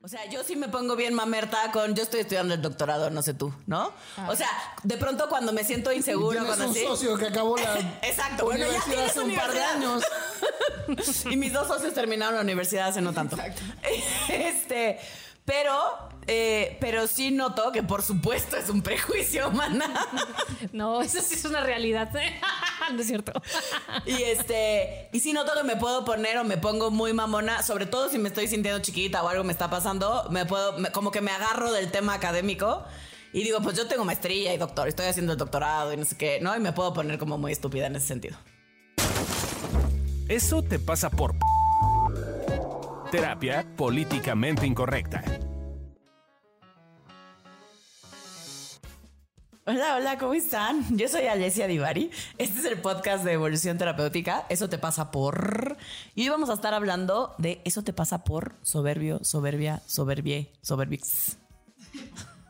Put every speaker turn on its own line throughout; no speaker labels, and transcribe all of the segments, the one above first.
O sea, yo sí me pongo bien mamerta con yo estoy estudiando el doctorado, no sé tú, ¿no? O sea, de pronto cuando me siento inseguro
Tienes
cuando
un
así.
socio que acabó la
Exacto, bueno, ya
universidad
tienes
hace un par de
universidad.
años.
y mis dos socios terminaron la universidad hace no tanto. Este, pero, eh, pero sí noto que por supuesto es un prejuicio, maná.
No, eso sí es una realidad. ¿eh? no es cierto.
Y este, y sí noto que me puedo poner o me pongo muy mamona, sobre todo si me estoy sintiendo chiquita o algo me está pasando, me puedo, me- como que me agarro del tema académico. Y digo, pues yo tengo maestría y doctor, estoy haciendo el doctorado y no sé qué, ¿no? Y me puedo poner como muy estúpida en ese sentido.
Eso te pasa por... p- Terapia políticamente incorrecta.
Hola, hola, ¿cómo están? Yo soy Alessia Divari. Este es el podcast de Evolución Terapéutica. Eso te pasa por. Y hoy vamos a estar hablando de eso te pasa por soberbio, soberbia, soberbie, soberbix.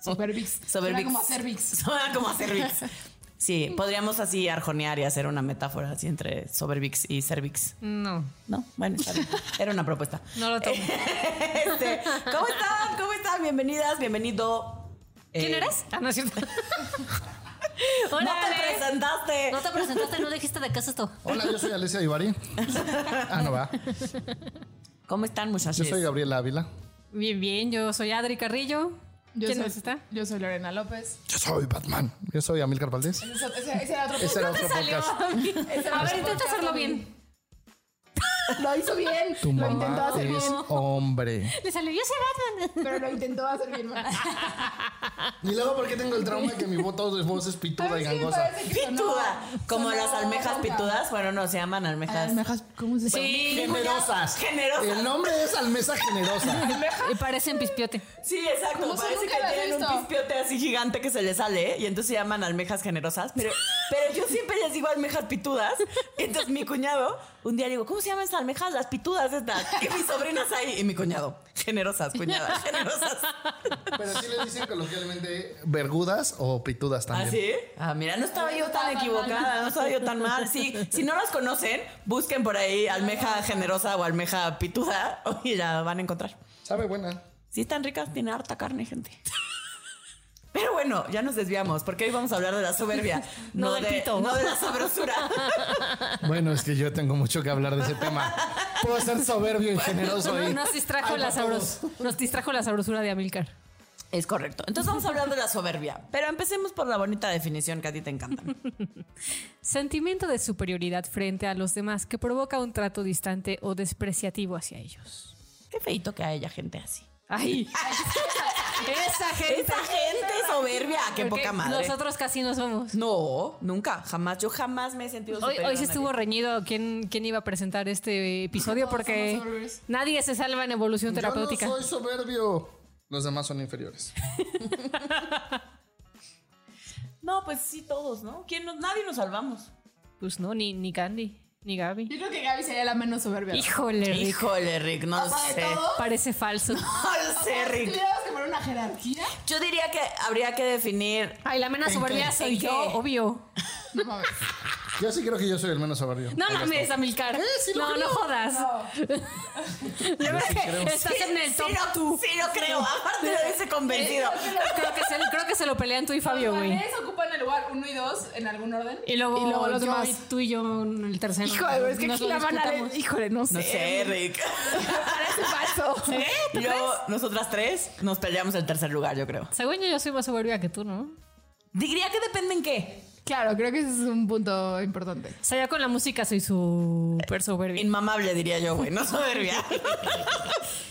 Supervix.
Soberbix.
Suena como a cervix.
Suena como a cervix. Sí, podríamos así arjonear y hacer una metáfora así entre soberbix y cervix.
No,
No, bueno, está bien. Era una propuesta.
no lo tomo.
Este, ¿Cómo están? ¿Cómo están? Bienvenidas, bienvenido.
¿Quién
Eh,
eres? Ah, no es cierto. Hola,
No te
Ale.
presentaste.
No te presentaste, no dijiste de qué es esto.
Hola, yo soy Alicia Divari. Ah, no va.
¿Cómo están,
Yo
muchachos?
soy Gabriel Ávila.
Bien, bien, yo soy Adri Carrillo.
Yo
¿Quién
soy,
más está?
Yo soy Lorena López.
Yo soy Batman. Yo soy Amilcar Valdés.
Ese, ese- ese era otro
Ese era otro podcast.
A ver, intenta hacerlo bien.
Lo hizo bien.
Tu
lo intentó
mamá
hacer
es
bien.
hombre.
Le salió yo soy Batman.
Pero lo intentó hacer bien. mal.
Y luego, ¿por qué tengo el trauma que mi voz, voz es pituda y
Sí, me
gangosa?
parece que sonó-
Pituda. Como
sonó
las almejas
ronca.
pitudas. Bueno, no, se llaman almejas.
Almejas, ¿cómo se llama?
Sí,
Generosas.
Generosas.
El nombre es Almesa Generosa.
Y parecen pispiote.
Sí, exacto.
Como si
Parece
nunca
que
las
tienen
visto.
un pispiote así gigante que se le sale ¿eh? y entonces se llaman almejas generosas. Pero, pero yo siempre les digo almejas pitudas. Y entonces mi cuñado, un día le digo, ¿cómo se llaman estas almejas? Las pitudas estas. Y mis sobrinas ahí. Y mi cuñado, generosas, cuñadas, generosas.
Pero sí le dicen coloquialmente vergudas o pitudas
¿Ah,
también.
sí? Ah, mira, no estaba yo tan equivocada, no estaba yo tan mal. Sí, si no las conocen, busquen por ahí almeja generosa o almeja pituda y la van a encontrar.
Sabe buena.
Sí, están ricas, tiene harta carne, gente. Pero bueno, ya nos desviamos, porque hoy vamos a hablar de la soberbia.
No del
de,
pito.
No de la sabrosura.
Bueno, es que yo tengo mucho que hablar de ese tema. Puedo ser soberbio y generoso. ahí.
Nos distrajo,
Ay,
la
pa' todos.
sabros- nos distrajo la sabrosura de Amilcar.
es correcto. Entonces vamos a hablar de la soberbia. Pero empecemos por la bonita definición que a ti te encanta.
Sentimiento de superioridad frente a los demás que provoca un trato distante o despreciativo hacia ellos.
Qué feito que haya gente así.
Ay, esa gente.
Esa gente soberbia, ah, qué
Porque
poca madre.
Nosotros casi no somos.
No, nunca, jamás. Yo jamás me he sentido
Hoy,
superior
hoy
a
se
nadie.
estuvo reñido quién, quién iba a presentar este episodio
Todos
porque
somos soberbios.
nadie se salva en evolución
Yo no
terapéutica.
soy soberbio. Los demás son inferiores.
No, pues sí, todos, ¿no? ¿Quién nos- nadie nos salvamos.
Pues no, ni, ni Candy, ni Gaby.
Yo creo que Gaby sería la menos soberbia.
Híjole, Rick,
Híjole, Rick, no
O sea, de
sé.
todo,
parece falso.
No sé, Rick.
tuviéramos que poner una jerarquía.
Yo diría que habría que definir
Ay, la mena soberbia
qué?
soy
¿En
yo,
qué?
obvio.
No mames.
Yo sí creo que yo soy el menos soberbio.
No mames, Amilcar. no, no jodas. Yo creo que estás en el top.
Sí, lo, tú. sí lo creo. Aparte lo dice convencido.
Creo que, se, creo que se lo pelean tú y Fabio,
Los
güey.
manes ocupan el lugar 1 y 2 en algún orden.
Y luego,
los
yo
demás.
y tú y yo en el tercero.
Híjole, pero es que
Nos
aquí
lo
la van a
disputamos.
leer. Híjole, no sé.
No sé, Rick.
Parece falso.
¿Eh?
Y luego, nosotras tres nos peleamos el tercer lugar, yo creo.
Según yo, yo soy más soberbia que tú, ¿no?
Diría que depende en qué.
Claro, creo que ese es un punto importante.
O sea, ya con la música soy súper soberbia.
Inmamable, diría yo, güey. No soberbia.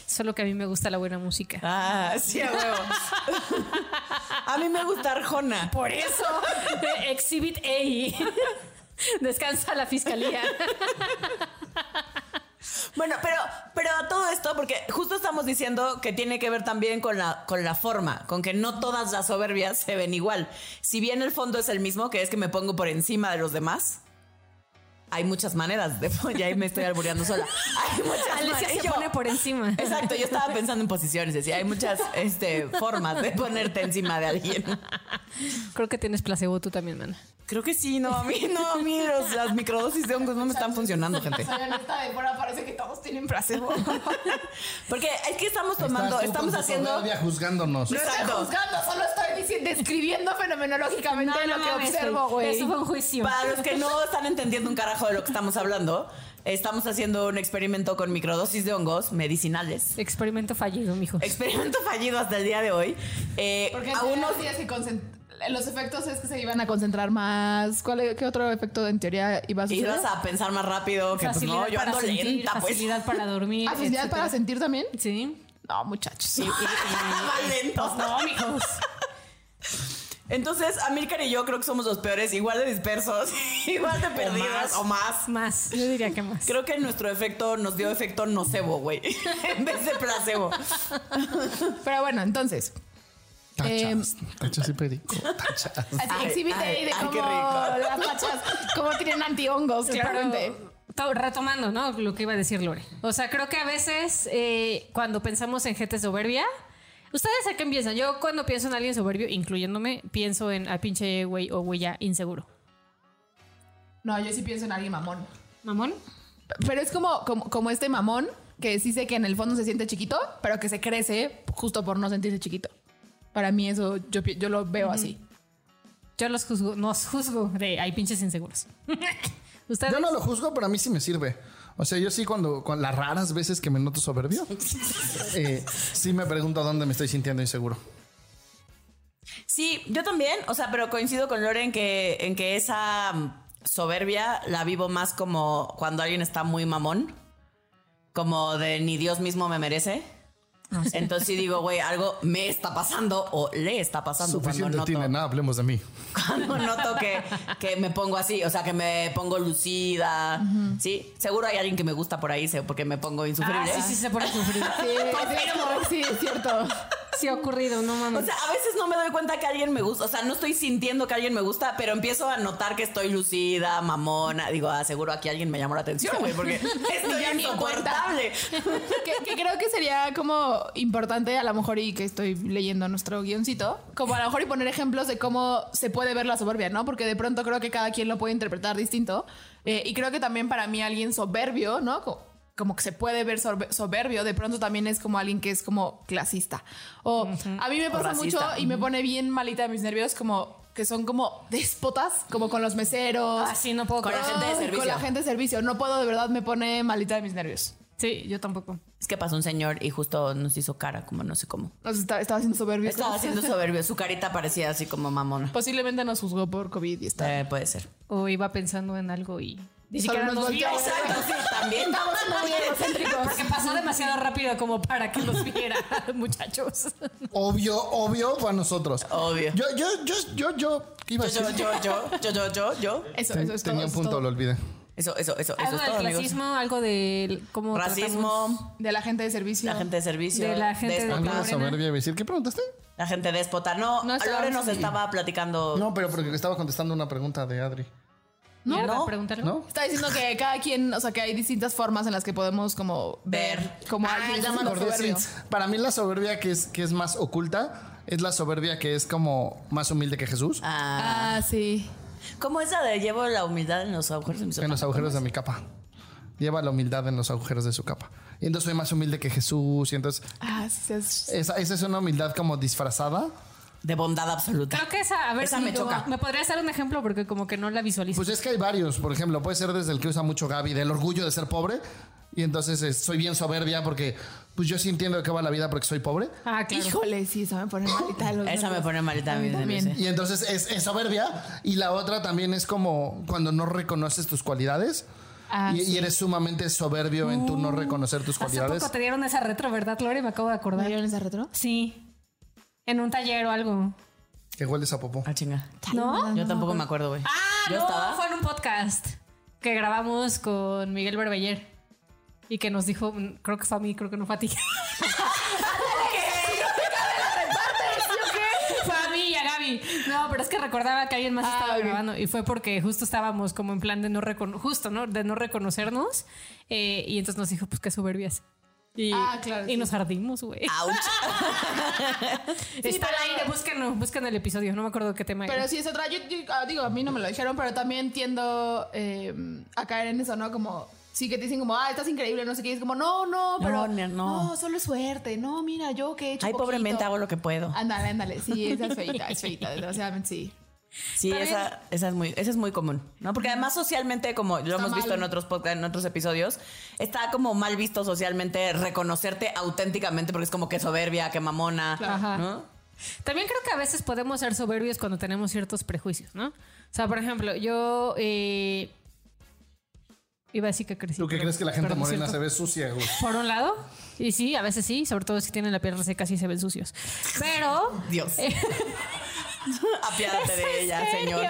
Solo que a mí me gusta la buena música.
Ah, sí, a huevo. A mí me gusta Arjona.
Por eso, Exhibit A. Descansa la fiscalía.
Bueno, pero, pero a todo esto, porque justo estamos diciendo que tiene que ver también con la, con la forma, con que no todas las soberbias se ven igual. Si bien el fondo es el mismo, que es que me pongo por encima de los demás. Hay muchas maneras de ya ahí me estoy albureando sola. Hay muchas
Alicia
maneras.
se
Yo-
pone por encima.
Exacto, yo estaba pensando en posiciones, decía, hay muchas este, formas de ponerte encima de alguien.
Creo que tienes placebo tú también, mana.
Creo que sí, no, a mí, no, a mí los- las microdosis de hongos no me están funcionando, gente.
Soy honesta de fuera, parece que todos tienen placebo.
Porque es que estamos tomando,
Estás tú
estamos
con tu
haciendo...
soberbia juzgándonos.
No estoy
Exacto.
juzgando, solo estoy diciendo, describiendo fenomenológicamente lo que
mames,
observo,
güey.
güey.
Eso fue un juicio.
Para los que no están entendiendo un carajo de lo que estamos hablando, estamos haciendo un experimento con microdosis de hongos medicinales.
Experimento fallido, mijo.
Experimento fallido hasta el día de hoy. Eh,
Porque
a unos
unos días se concent- Los efectos es que se iban a concentrar más. ¿Cuál, e-, ¿Qué otro efecto en teoría iba a suceder?
ibas a pensar más rápido que pues,
facilidad
no, yo
para
ando
sentir,
lenta, pues.
facilidad para dormir.
¿Facilidad para
etcétera.
sentir también?
Sí.
No, muchachos.
Va lento.
Pues No, mijos.
Entonces, Amílcar y yo creo que somos los peores, igual de dispersos, igual de perdidas o más.
Más, yo diría que más.
Creo que nuestro efecto nos dio efecto nocebo, güey, en vez de placebo.
Pero bueno, entonces. em,
Tachas, tachas y perico, tachas.
Así,
Ay,
exhibite
ay,
ahí de
ay,
cómo
qué rico.
las pachas, cómo tienen antihongos, claramente.
Pero, to- retomando, ¿no? Lo que iba a decir Lore. O sea, creo que a veces eh, cuando pensamos en gente soberbia, ¿ustedes a qué piensan? Yo cuando pienso en alguien soberbio, incluyéndome, pienso en al pinche güey o güey ya inseguro.
No, yo sí pienso en alguien mamón.
¿Mamón?
Pero es como, como, como este mamón que sí sé que en el fondo se siente chiquito, pero que se crece justo por no sentirse chiquito. Para mí eso, yo, pi- yo lo veo así.
Yo los juzgo, nos juzgo de hay pinches inseguros. ¿Ustedes?
Yo no lo juzgo, pero a mí sí me sirve. O sea, yo sí cuando, con las raras veces que me noto soberbio, eh, sí me pregunto dónde me estoy sintiendo inseguro.
Sí, yo también, o sea, pero coincido con Lore en que, en que esa mm, soberbia la vivo más como cuando alguien está muy mamón, como de ni Dios mismo me merece.
Ah,
Entonces sí digo, güey, algo me está pasando o le está pasando cuando
Suficiente
noto,
tiene, nada, hablemos de mí.
cuando noto que, que me pongo así, o sea, que me pongo lucida. Sí, seguro hay alguien que me gusta por ahí se- porque me pongo insufrible.
Ah, sí, sí, se pone sufrido.
Sí, sí, sí, es cierto.
Sí ha ocurrido, no
O
mames.
sea, a veces no me doy cuenta que alguien me gusta. O sea, no estoy sintiendo que alguien me gusta, pero empiezo a notar que estoy lucida, mamona. Digo, ah, seguro aquí alguien me llamó la atención, güey, porque estoy
Ya ni en
insoportable.
que, que creo que sería como importante a lo mejor y que estoy leyendo nuestro guioncito, como a lo mejor y poner ejemplos de cómo se puede ver la soberbia, ¿no? Porque de pronto creo que cada quien lo puede interpretar distinto Eh, y creo que también para mí alguien soberbio, ¿no? Co- Como, que se puede ver sorbe- soberbio, de pronto también es como alguien que es como clasista. O a mí me pasa mucho
racista.
y me pone bien malita de mis nervios como que son como déspotas, como con los meseros.
Así Ah, no puedo
Ah, Con la
creer.
gente de
Ay,
servicio.
Con la gente de servicio. No puedo, de verdad, me pone malita de mis nervios.
Sí, yo tampoco.
Es que pasó un señor y justo nos hizo cara, como no sé cómo.
Nos está- estaba haciendo soberbio.
Estaba haciendo soberbio. Su carita parecía así como mamona.
Posiblemente nos juzgó por COVID y está.
Eh, puede ser.
O iba pensando en algo y. Ni
Solo
siquiera
nos
nos
volteó.
vio.
Exacto, sí, también.
Porque pasó demasiado rápido como para que los viera, muchachos.
Obvio, obvio para nosotros.
Obvio.
Yo, yo, yo, yo, yo, ¿qué iba a
Yo, yo,
decir?
yo, yo, yo, yo, yo, yo.
Eso,
Ten-
eso es
tenía un
todo, eso es
punto,
todo.
lo olvidé.
Eso, eso, eso, eso
Algo
es
del
todo, amigos.
clasismo, algo del cómo tratamos-
Racismo,
De la gente de servicio.
la gente de servicio,
De la gente de-
déspota.
Algo de
Lorena.
soberbia iba a decir. ¿Qué preguntaste?
La gente déspota. No,
No estábamos
Lore nos
en-
estaba platicando.
No, pero porque estaba contestando una pregunta de Adri.
¿No?
¿No?
¿Preguntarlo?
¿No?
Está diciendo que cada quien, o sea, que hay distintas formas en las que podemos como ver,
Ver.
como
Ah,
alguien
ya
es
me
como
Acordé,
soberbio.
sí. Para mí la soberbia que es, que es más oculta es la soberbia que es como más humilde que Jesús
Ah,
Ah, sí.
¿Cómo es la de llevo la humildad en los agujeros de mis
en los agujeros de mi capa. Lleva la humildad en los agujeros de su capa. Y entonces soy más humilde que Jesús. Y entonces
Ah, sí, sí, es-
esa, esa es una humildad como disfrazada.
De bondad absoluta.
Creo que esa, a ver,
Esa
si
me
yo-
choca.
¿Me podrías dar un ejemplo? Porque como que no la visualizo.
Pues es que hay varios. Por ejemplo, puede ser desde el que usa mucho Gaby, del orgullo de ser pobre. Y entonces eh, soy bien soberbia porque pues yo sí entiendo de qué va la vida porque soy pobre.
ah, claro.
Híjole, sí, esa me pone malita. los
Esa me
nervios.
pone malita a mí
también.
también.
Y entonces es, es soberbia. Y la otra también es como cuando no reconoces tus cualidades.
Ah,
y, y eres sumamente soberbio en tu no reconocer tus
Mm. Hace
cualidades.
poco te dieron esa retro, ¿verdad, Lore? Me acabo de
¿Me
acordar.
dieron esa retro?
Sí. En un taller o algo.
Que hueles a popó.
Ah, chinga.
¿No?
Yo tampoco me acuerdo, güey.
Ah,
Yo
no,
estaba-
fue en un podcast que grabamos con Miguel Berbeller y que nos dijo, mm, creo que fue a mí, creo que no fue a ti. Fue a mí y a Gaby. No, pero es que recordaba que alguien más
Ah,
estaba
ok.
grabando y fue porque justo estábamos como en plan de no recono- justo, ¿no? De no reconocernos eh, y entonces nos dijo, pues qué soberbias. Y,
Ah, claro,
y
sí. Ah,
nos ardimos, güey.
Ouch.
Está
pero-
al aire, búsquenlo, busquen el episodio, no me acuerdo qué tema
Pero
era.
sí es otra. Yo, yo- ah, digo, a mí no me lo dijeron, pero también tiendo eh, a caer en eso, ¿no? Como. Sí, que te dicen como, ah, estás increíble, no sé qué. Y es como, no, no,
No,
pero.
no, no.
solo es suerte. No, mira, yo que he hecho.
Ay,
pobramente
pobremente hago lo que puedo.
Ah,
Ándale, ándale. Sí, esa es feita, es feita, desgraciadamente sí.
Sí,
Está bien.
esa, esa es muy, esa es muy común, ¿no? Porque además socialmente, como lo hemos visto
mal.
en otros podcasts, en otros episodios, está como mal visto socialmente reconocerte auténticamente porque es como que soberbia, que mamona,
Ajá.
¿no?
También creo que a veces podemos ser soberbios cuando tenemos ciertos prejuicios, ¿no? O sea, por ejemplo, yo eh, iba a decir que crecí.
¿Tú qué
pero-
crees que la gente
pero no es
morena
cierto.
se ve sucia, güey?
Por un lado, y sí, a veces sí, sobre todo si tienen la piel reseca, sí se ven sucios. Pero.
Dios. Apiádate de ella, señor.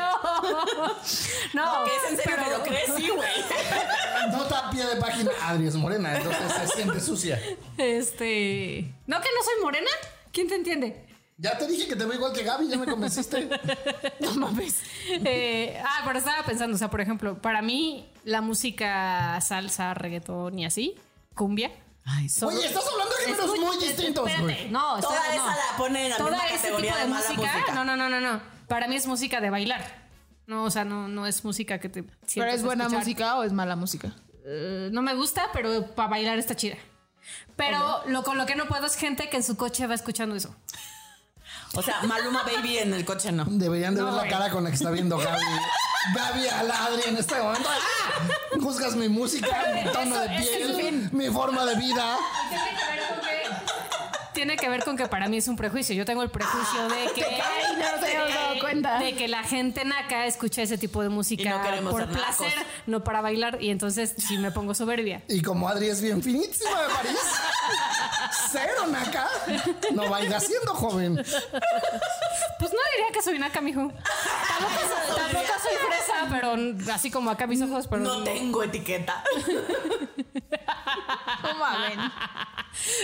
No,
¿Qué es en serio que
pero-
lo crees? Sí, güey.
No está a pie de página. Adri es morena, entonces se siente sucia.
Este. No, que no soy morena. ¿Quién te entiende?
Ya te dije que te veo igual que Gaby, ya me convenciste.
No mames.
Eh, ah, pero estaba pensando, o sea, por ejemplo, para mí la música salsa, reggaetón y así, cumbia.
Ay, sí.
son-
Oye, estás hablando de géneros muy distintos,
Espérate,
güey.
no,
Toda
espérate,
esa
no.
la ponen en la
Toda
misma
ese
categoría
tipo
de mala música.
No, no, no, no, no. Para mí es música de bailar. No, o sea, no, no es música que te.
¿Pero
sientas
es
a
buena
escuchar.
música o es mala música?
Eh, no me gusta, pero para bailar está chida. Pero lo con lo que no puedo es gente que en su coche va escuchando eso.
O sea, Maluma Baby en el coche no.
Deberían de ver la cara con la que está viendo Gaby. Gaby a la Adri en este momento. ¡Ah! Juzgas mi música, mi tono de
Eso- eso es
piel, mi forma de vida.
Tiene que ver con que. Tiene que ver con que para mí es un prejuicio. Yo tengo el prejuicio de que.
Ay, no te
de
habías
que-
dado cuenta.
De que la gente naca escucha ese tipo de
Y
música
no queremos
por
ser nacos.
placer, no para bailar. Y entonces sí me pongo soberbia.
Y como Adri es bien finísima de París, cero naca, no vaya siendo joven.
Pues no diría que soy naca, mijo. Tampoco, soy- tampoco soy fresa, pero n- así como acá mis ojos, pero.
No tengo etiqueta.
No mames.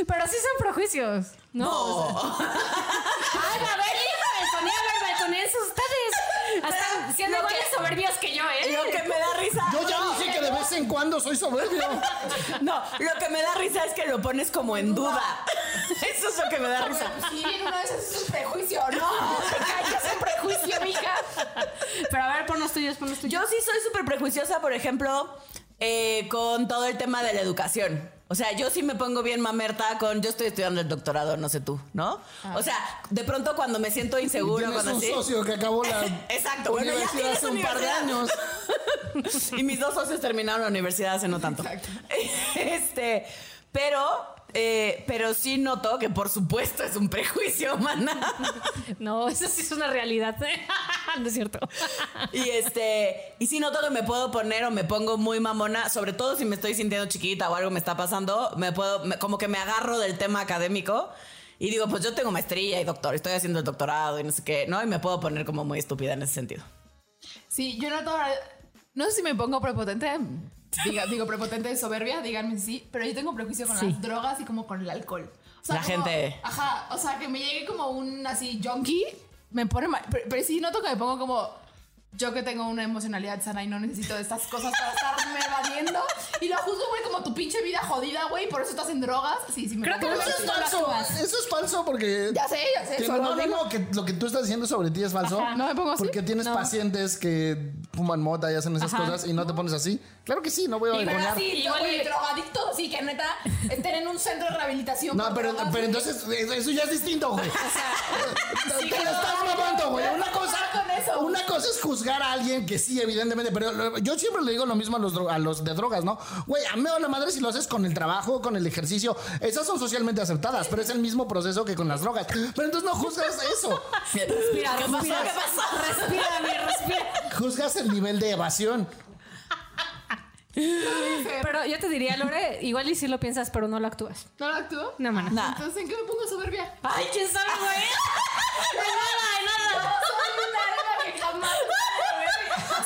Pero sí son prejuicios. No. o sea- Ay, a ver, balconía, a ver, balconense ustedes. Hasta siendo
lo que-
iguales soberbios que yo, ¿eh?
Lo que me da risa.
Yo ya
no,
dije que de vez en cuando soy soberbio.
No, lo que me da risa es que lo pones como en duda. Eso es lo que me da risa.
Sí, uno de esos es un prejuicio, ¿no? Cállate, es un prejuicio, mija.
Pero a ver, pon los tuyos, pon los tuyos.
Yo sí soy súper prejuiciosa, por ejemplo, eh, con todo el tema de la educación. O sea, yo sí me pongo bien mamerta con yo estoy estudiando el doctorado, no sé tú, ¿no? O sea, de pronto cuando me siento inseguro,
Tienes
cuando
un
así.
socio que acabó la
Exacto, bueno, ya
universidad
tienes
hace un par de
universidad.
años.
y mis dos socios terminaron la universidad hace no tanto. Este, pero, eh, pero sí noto que por supuesto es un prejuicio, maná.
No, eso sí es una realidad. ¿eh? No es cierto.
Y este, y si noto que me puedo poner o me pongo muy mamona, sobre todo si me estoy sintiendo chiquita o algo me está pasando, me puedo, me- como que me agarro del tema académico y digo, pues yo tengo maestría y doctor, estoy haciendo el doctorado y no sé qué, ¿no? Y me puedo poner como muy estúpida en ese sentido.
Sí, yo noto ahora- No sé si me pongo prepotente. Diga, digo, prepotente de soberbia, díganme si sí, pero yo tengo prejuicio con
Sí.
las drogas y como con el alcohol. O sea,
La
como-
gente-
Ajá, o sea, que me llegue como un así junkie, me pone mal. Pero, pero sí noto que me pongo como. Yo que tengo una emocionalidad sana y no necesito de estas cosas para estarme evadiendo. Y lo juzgo, güey, como tu pinche vida jodida, güey, por eso estás en drogas. Sí, sí, me
Creo que
pongo-
Eso es falso. Eso es falso porque.
Ya sé, ya sé.
Que
solo
no, no,
digo.
no, que lo que tú estás diciendo sobre ti es falso.
Ajá. No me pongo así.
Porque tienes
No.
pacientes que fuman mota y hacen esas
Ajá.
cosas y no, te pones así. Claro que sí, no voy a
Y pero
balconear.
así-
Drogadicto,
Igual y-
güey, drogadicto, sí, que neta estén en un centro de rehabilitación.
No,
por
pero,
drogas,
pero
güey.
entonces eh, eso ya es distinto, güey. te te lo estás mamando, güey. Una cosa,
Con eso.
una cosa es juzgar a alguien que sí, evidentemente, pero lo- yo siempre le digo lo mismo a los, dro- a los de drogas, ¿no? Güey, a mí me vale madre si lo haces con el trabajo, con el ejercicio. Esas son socialmente aceptadas, pero es el mismo proceso que con las drogas. Pero entonces no juzgas eso.
Respira, ¿qué pasó? ¿Qué pasó?
Respira, mi respira.
Juzgas el nivel de evasión.
Pero yo te diría, Lore, igual y si lo piensas, pero no lo actúas.
¿No lo actúo?
No, mana.
Nah.
Entonces, ¿en qué me pongo soberbia?
Ay, quién sabe, güey.
No, soy una arma que jamás.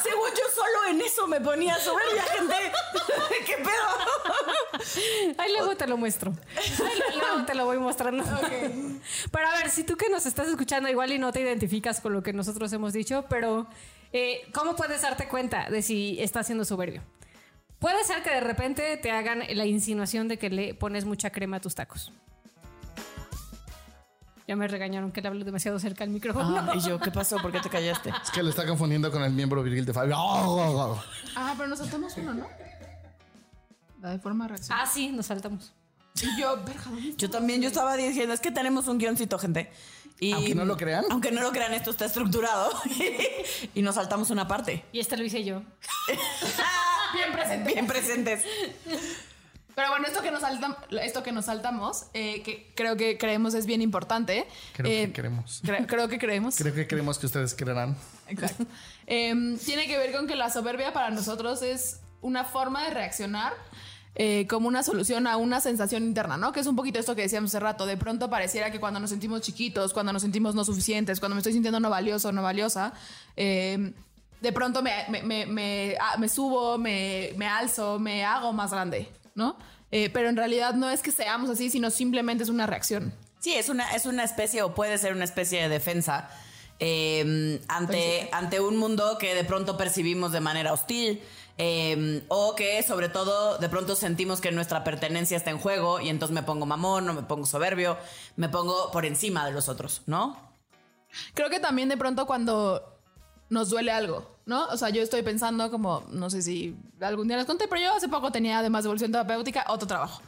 Según yo solo en eso me ponía soberbia, gente. ¿Qué pedo?
Ahí luego te lo muestro. Ahí luego te lo voy mostrando. Pero a ver, si tú que nos estás escuchando, igual y no te identificas con lo que nosotros hemos dicho, pero eh, ¿cómo puedes darte cuenta de si estás siendo soberbio? Puede ser que de repente te hagan la insinuación de que le pones mucha crema a tus tacos. Ya me regañaron que le hablo demasiado cerca al micrófono.
Ah, y yo, ¿qué pasó? ¿Por qué te callaste?
Es que lo está confundiendo con el miembro viril de Fabio. ¡Oh!
Ah, pero nos saltamos uno, ¿no? La de forma reacción.
Ah, sí, nos saltamos.
Y yo, verga, ¿dónde
Yo también, yo estaba diciendo, es que tenemos un guioncito, gente. Y,
Aunque no lo crean.
Aunque no lo crean, esto está estructurado. y nos saltamos una parte.
Y esta lo hice yo.
Ah, Bien presente.
Bien presentes.
Pero bueno, esto que nos, saltam- esto que nos saltamos, eh, que creo que creemos es bien importante.
Creo que
Eh,
queremos.
cre- creo que creemos.
Creo que creemos que ustedes creerán.
Exacto. Em, tiene que ver con que la soberbia para nosotros es una forma de reaccionar eh, como una solución a una sensación interna, ¿no? Que es un poquito esto que decíamos hace rato. De pronto pareciera que cuando nos sentimos chiquitos, cuando nos sentimos no suficientes, cuando me estoy sintiendo no valioso, no valiosa, em, de pronto me, me- me- me- ah, me subo, me, me alzo, me hago más grande, ¿no? Eh, pero en realidad no es que seamos así, sino simplemente es una reacción.
Sí, es una, es una especie o puede ser una especie de defensa eh,
Pues
ante, ante un mundo que de pronto percibimos de manera hostil eh, o que sobre todo de pronto sentimos que nuestra pertenencia está en juego y entonces me pongo mamón o me pongo soberbio, me pongo por encima de los otros, ¿no?
Creo que también de pronto cuando nos duele algo, ¿no? O sea, yo estoy pensando como, no sé si algún día les conté, pero yo hace poco tenía además de evolución terapéutica otro trabajo.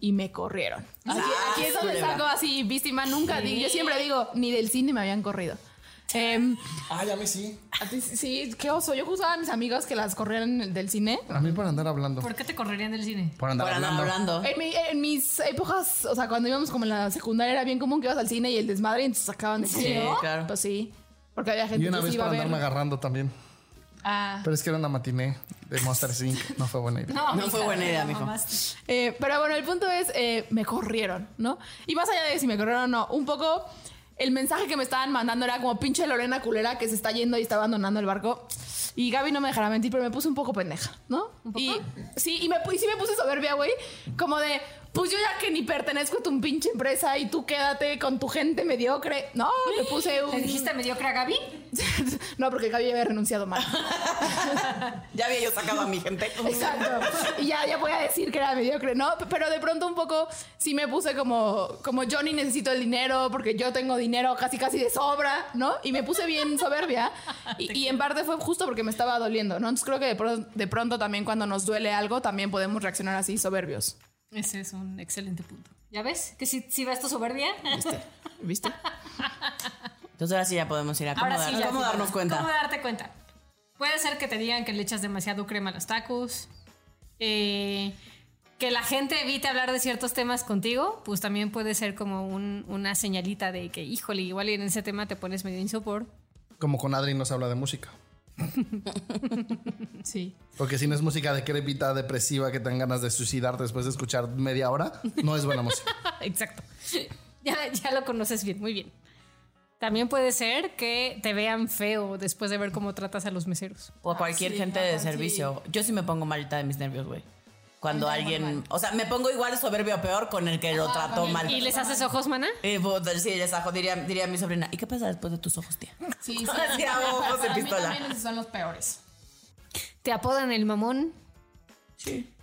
Y me corrieron. Aquí,
Ah,
aquí es donde
culebra.
salgo así, víctima nunca. di- Yo siempre digo, ni del cine me habían corrido. Em,
Ah, ya me sí.
a ti sí, qué oso. Yo juzgaba a mis amigas que las corrieron del cine.
A mí por andar hablando.
¿Por qué te correrían del cine?
Por andar
Por andar
hablando.
hablando.
En, mi- en mis épocas, o sea, cuando íbamos como en la secundaria, era bien común que ibas al cine y el desmadre, entonces sacaban de cine. ¿no?
claro.
Pues sí. Porque había gente
Y una
que
vez
se iba
por
a ver.
andarme agarrando también.
Ah.
Pero es que era una matiné de Monster Inc. No fue buena idea.
No fue buena idea, mijo.
Eh, pero bueno, el punto es, eh, me corrieron, ¿no? Y más allá de si me corrieron o no, un poco el mensaje que me estaban mandando era como pinche Lorena culera que se está yendo y está abandonando el barco. Y Gaby no me dejará mentir, pero me puse un poco pendeja, ¿no? Y sí, y, me, pu- y sí me puse soberbia, güey. Como de, pues yo ya que ni pertenezco a tu pinche empresa y tú quédate con tu gente mediocre. No, me puse
¿Le
un...
dijiste mediocre a Gaby?
no, porque Gaby había renunciado mal.
Ya había yo sacado a mi gente.
Exacto. Y ya, ya voy a decir que era mediocre, ¿no? P- Pero de pronto un poco sí me puse como, como yo ni necesito el dinero porque yo tengo dinero casi casi de sobra, ¿no? Y me puse bien soberbia. Y, y en parte fue justo porque me estaba doliendo, ¿no? Entonces creo que de, pro- de pronto también cuando nos duele algo también podemos reaccionar así soberbios.
Ese es un excelente punto. ¿Ya ves? Que si, si ves tu soberbia.
¿Viste?
Entonces ahora sí ya podemos ir a acomodar.
Ahora sí, ya
¿Cómo
sí,
darnos
ya.
cuenta?
¿Cómo darte cuenta? Puede ser que te digan que le echas demasiado crema a los tacos. eh, que la gente evite hablar de ciertos temas contigo, pues también puede ser como un- una señalita de que, híjole, igual en ese tema te pones medio insopor.
Como con Adri nos habla de música.
Sí.
Porque si no es música de crepita, depresiva, que te dan ganas de suicidar después de escuchar media hora, no es buena música.
Exacto. Ya, ya lo conoces bien, muy bien. También puede ser que te vean feo después de ver cómo tratas a los meseros.
O a cualquier
sí,
gente de
ajá, sí.
servicio. Yo sí me pongo malita de mis nervios, güey. Cuando alguien. O sea, me pongo igual soberbio o peor con el que lo trató mal.
¿Y les haces ojos, mana?
Eh, pues, sí, les ajo, diría, diría mi sobrina. ¿Y qué pasa después de tus ojos, tía?
Sí,
sí. Hacia ojos de
Para mí
pistola.
también esos son los peores.
¿Te apodan el mamón?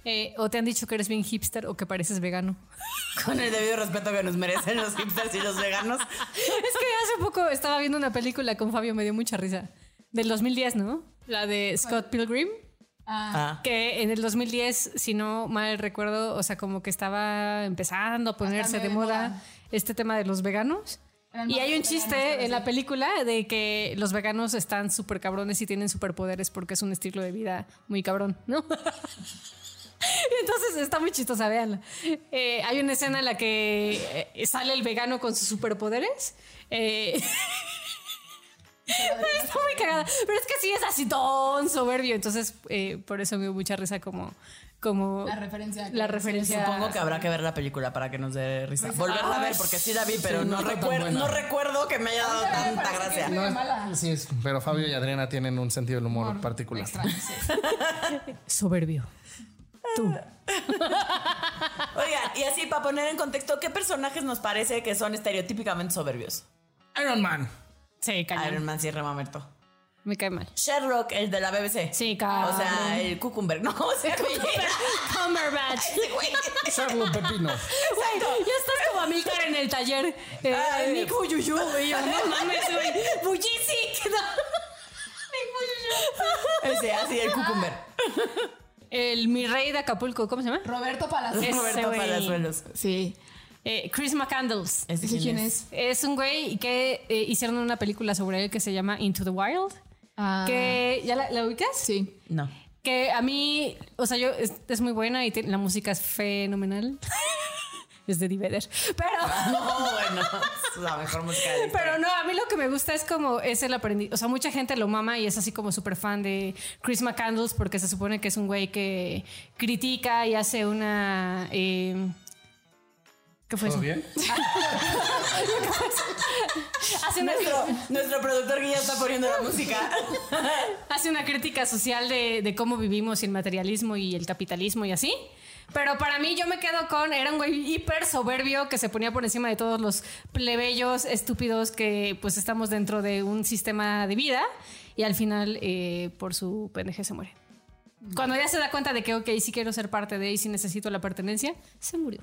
Eh, ¿O te han dicho que eres bien hipster o que pareces vegano?
Con el debido respeto que nos merecen los hipsters y los veganos.
es que hace poco estaba viendo una película con Fabio, me dio mucha risa. Del 2010, ¿no? La de Scott Pilgrim.
Ah,
Que en el 2010, si no mal recuerdo, o sea, como que estaba empezando a ponerse
medio
de
de
moda,
moda.
este tema de los veganos.
Eran
Y hay un
más veganos,
chiste
pero
en la
sí.
película de que los veganos están súper cabrones y tienen superpoderes porque es un estilo de vida muy cabrón, ¿no? Entonces está muy chistosa, véanla. Eh, hay una escena en la que eh, sale el vegano con sus superpoderes. eh, está muy cagada. Pero es que sí es así ton soberbio. Entonces, eh, por eso me dio mucha risa como. como
La referencia que-
La referencia.
Supongo que habrá que ver la película para que nos dé risa. Volverla a ver, porque sí la vi, pero
Sí, no
no,
está tan
recuerdo,
buena.
no recuerdo que me haya dado tanta gracia.
No,
mala.
sí es- pero Fabio y Adriana tienen un sentido del humor particular.
Soberbio. Tú.
Oigan, y así, para poner en contexto, ¿qué personajes nos parece que son estereotípicamente soberbios?
Iron Man.
Sí, cañón.
Iron Man, sí, Remamerto.
Me cae mal.
Sherlock, el de la BBC.
Sí, cabrón.
O sea, el Cucumber. No, o sea,
Cumberbatch.
Charlo Pepino.
Güey, ya estás como Amílcar en el taller. Eh,
Ay.
Miku Yuyu, güey. yo, No mames, güey. Bullisi. que no.
Ese, así, el Cucumber.
El mi rey de Acapulco, ¿cómo se llama?
Roberto Palacios.
Ese
Roberto
güey.
Palazuelos.
Sí.
Eh, Chris McCandles.
¿Ese
¿Ese quién es?
Es un güey que eh, hicieron una película sobre él que se llama Into the Wild.
Ah,
Que, ¿Ya la, la ubicas?
Sí.
No.
Que a mí, o sea, yo es, es muy buena y te- la música es fenomenal. es de Diveder. Pero,
No, bueno, es la mejor música de la historia.
pero no, a mí lo que me gusta es como es el aprendiz. O sea, mucha gente lo mama y es así como súper fan de Chris McCandles porque se supone que es un güey que critica y hace una. eh, ¿Qué fue eso?
bien?
Hace una,
Nuestro, nuestro productor que ya está poniendo la música.
hace una crítica social de, de cómo vivimos y el materialismo y el capitalismo y así. Pero para mí yo me quedo con, era un güey hiper soberbio que se ponía por encima de todos los plebeyos estúpidos que pues estamos dentro de un sistema de vida y al final eh, por su pendeje se muere. Cuando ya se da cuenta de que, ok, sí quiero ser parte de y sí necesito la pertenencia, se murió.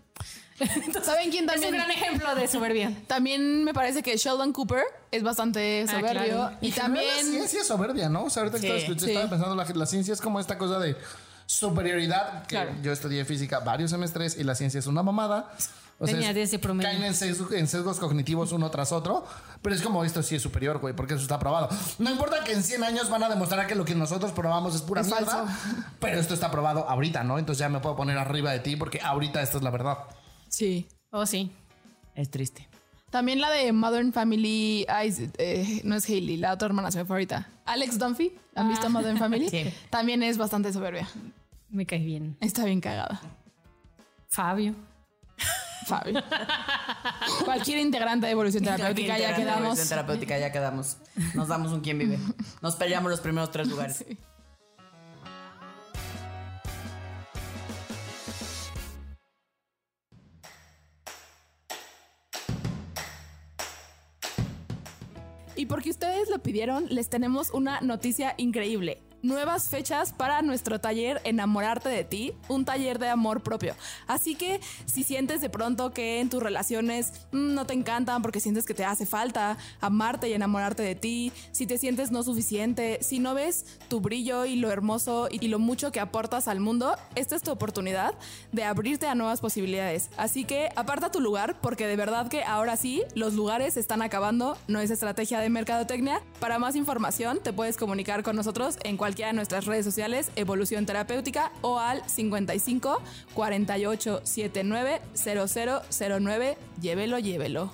¿Saben quién
Es un
también?
gran ejemplo de soberbia.
También me parece que Sheldon Cooper es bastante
Ah,
soberbio.
claro.
Y
La
también.
ciencia es soberbia, ¿no? O sea, ahorita
Sí,
que estaba,
sí.
estaba pensando, la, la ciencia es como esta cosa de superioridad. Que
Claro.
Yo estudié física varios semestres y la ciencia es una mamada. O
Tenía
es-
10 de promedio.
Caen en, sesgo- en sesgos cognitivos uno tras otro. Pero es como esto sí es superior, güey, porque eso está probado. No importa que en 100 años van a demostrar que lo que nosotros probamos es pura
Es
mierda.
falso.
Pero esto está probado ahorita, ¿no? Entonces ya me puedo poner arriba de ti porque ahorita esta es la verdad.
Sí.
Oh, sí.
Es triste.
También la de Modern Family. ay, eh, no es Hailey, la otra hermana se me fue ahorita. Alex Dunphy. ¿Han visto Modern Family?
Ah. Sí.
También es bastante soberbia.
Me cae bien.
Está bien cagada.
Fabio.
Fabio. Cualquier integrante de evolución terapéutica ya
Integrante de
quedamos.
Evolución terapéutica ya quedamos. Nos damos un quién vive. Nos peleamos los primeros tres lugares.
Y porque ustedes lo pidieron, les tenemos una noticia increíble. Nuevas fechas para nuestro taller Enamorarte de ti, un taller de amor propio. Así que si sientes de pronto que en tus relaciones mm, no te encantan porque sientes que te hace falta amarte y enamorarte de ti, si te sientes no suficiente, si no ves tu brillo y lo hermoso y y lo mucho que aportas al mundo, esta es tu oportunidad de abrirte a nuevas posibilidades. Así que aparta tu lugar porque de verdad que ahora sí los lugares se están acabando, no es estrategia de mercadotecnia. Para más información te puedes comunicar con nosotros en cualquiera de nuestras redes sociales Evolución Terapéutica o al 55 48 79 0009. Llévelo, llévelo.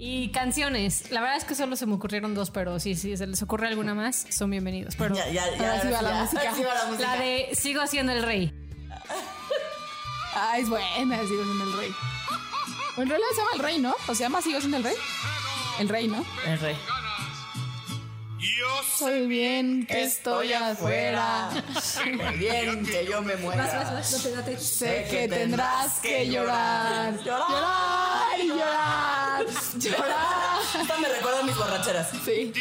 Y canciones. La verdad es que solo se me ocurrieron dos, pero sí, sí, se les ocurre alguna más, son bienvenidos. Pero
Ya, ya, ya.
Ahora sí va la
ya,
música.
ahora sí va la música.
la de Sigo siendo el rey.
Ah, es buena, sigo siendo el rey. En realidad se llama el rey, ¿no? O se llama sigo siendo el rey. El rey, ¿no?
El rey.
Soy bien que estoy afuera.
Muy bien, que yo me muera.
Sé que tendrás que llorar. Llorar y llorar. Llorar.
Esta me recuerda a mis borracheras.
Sí.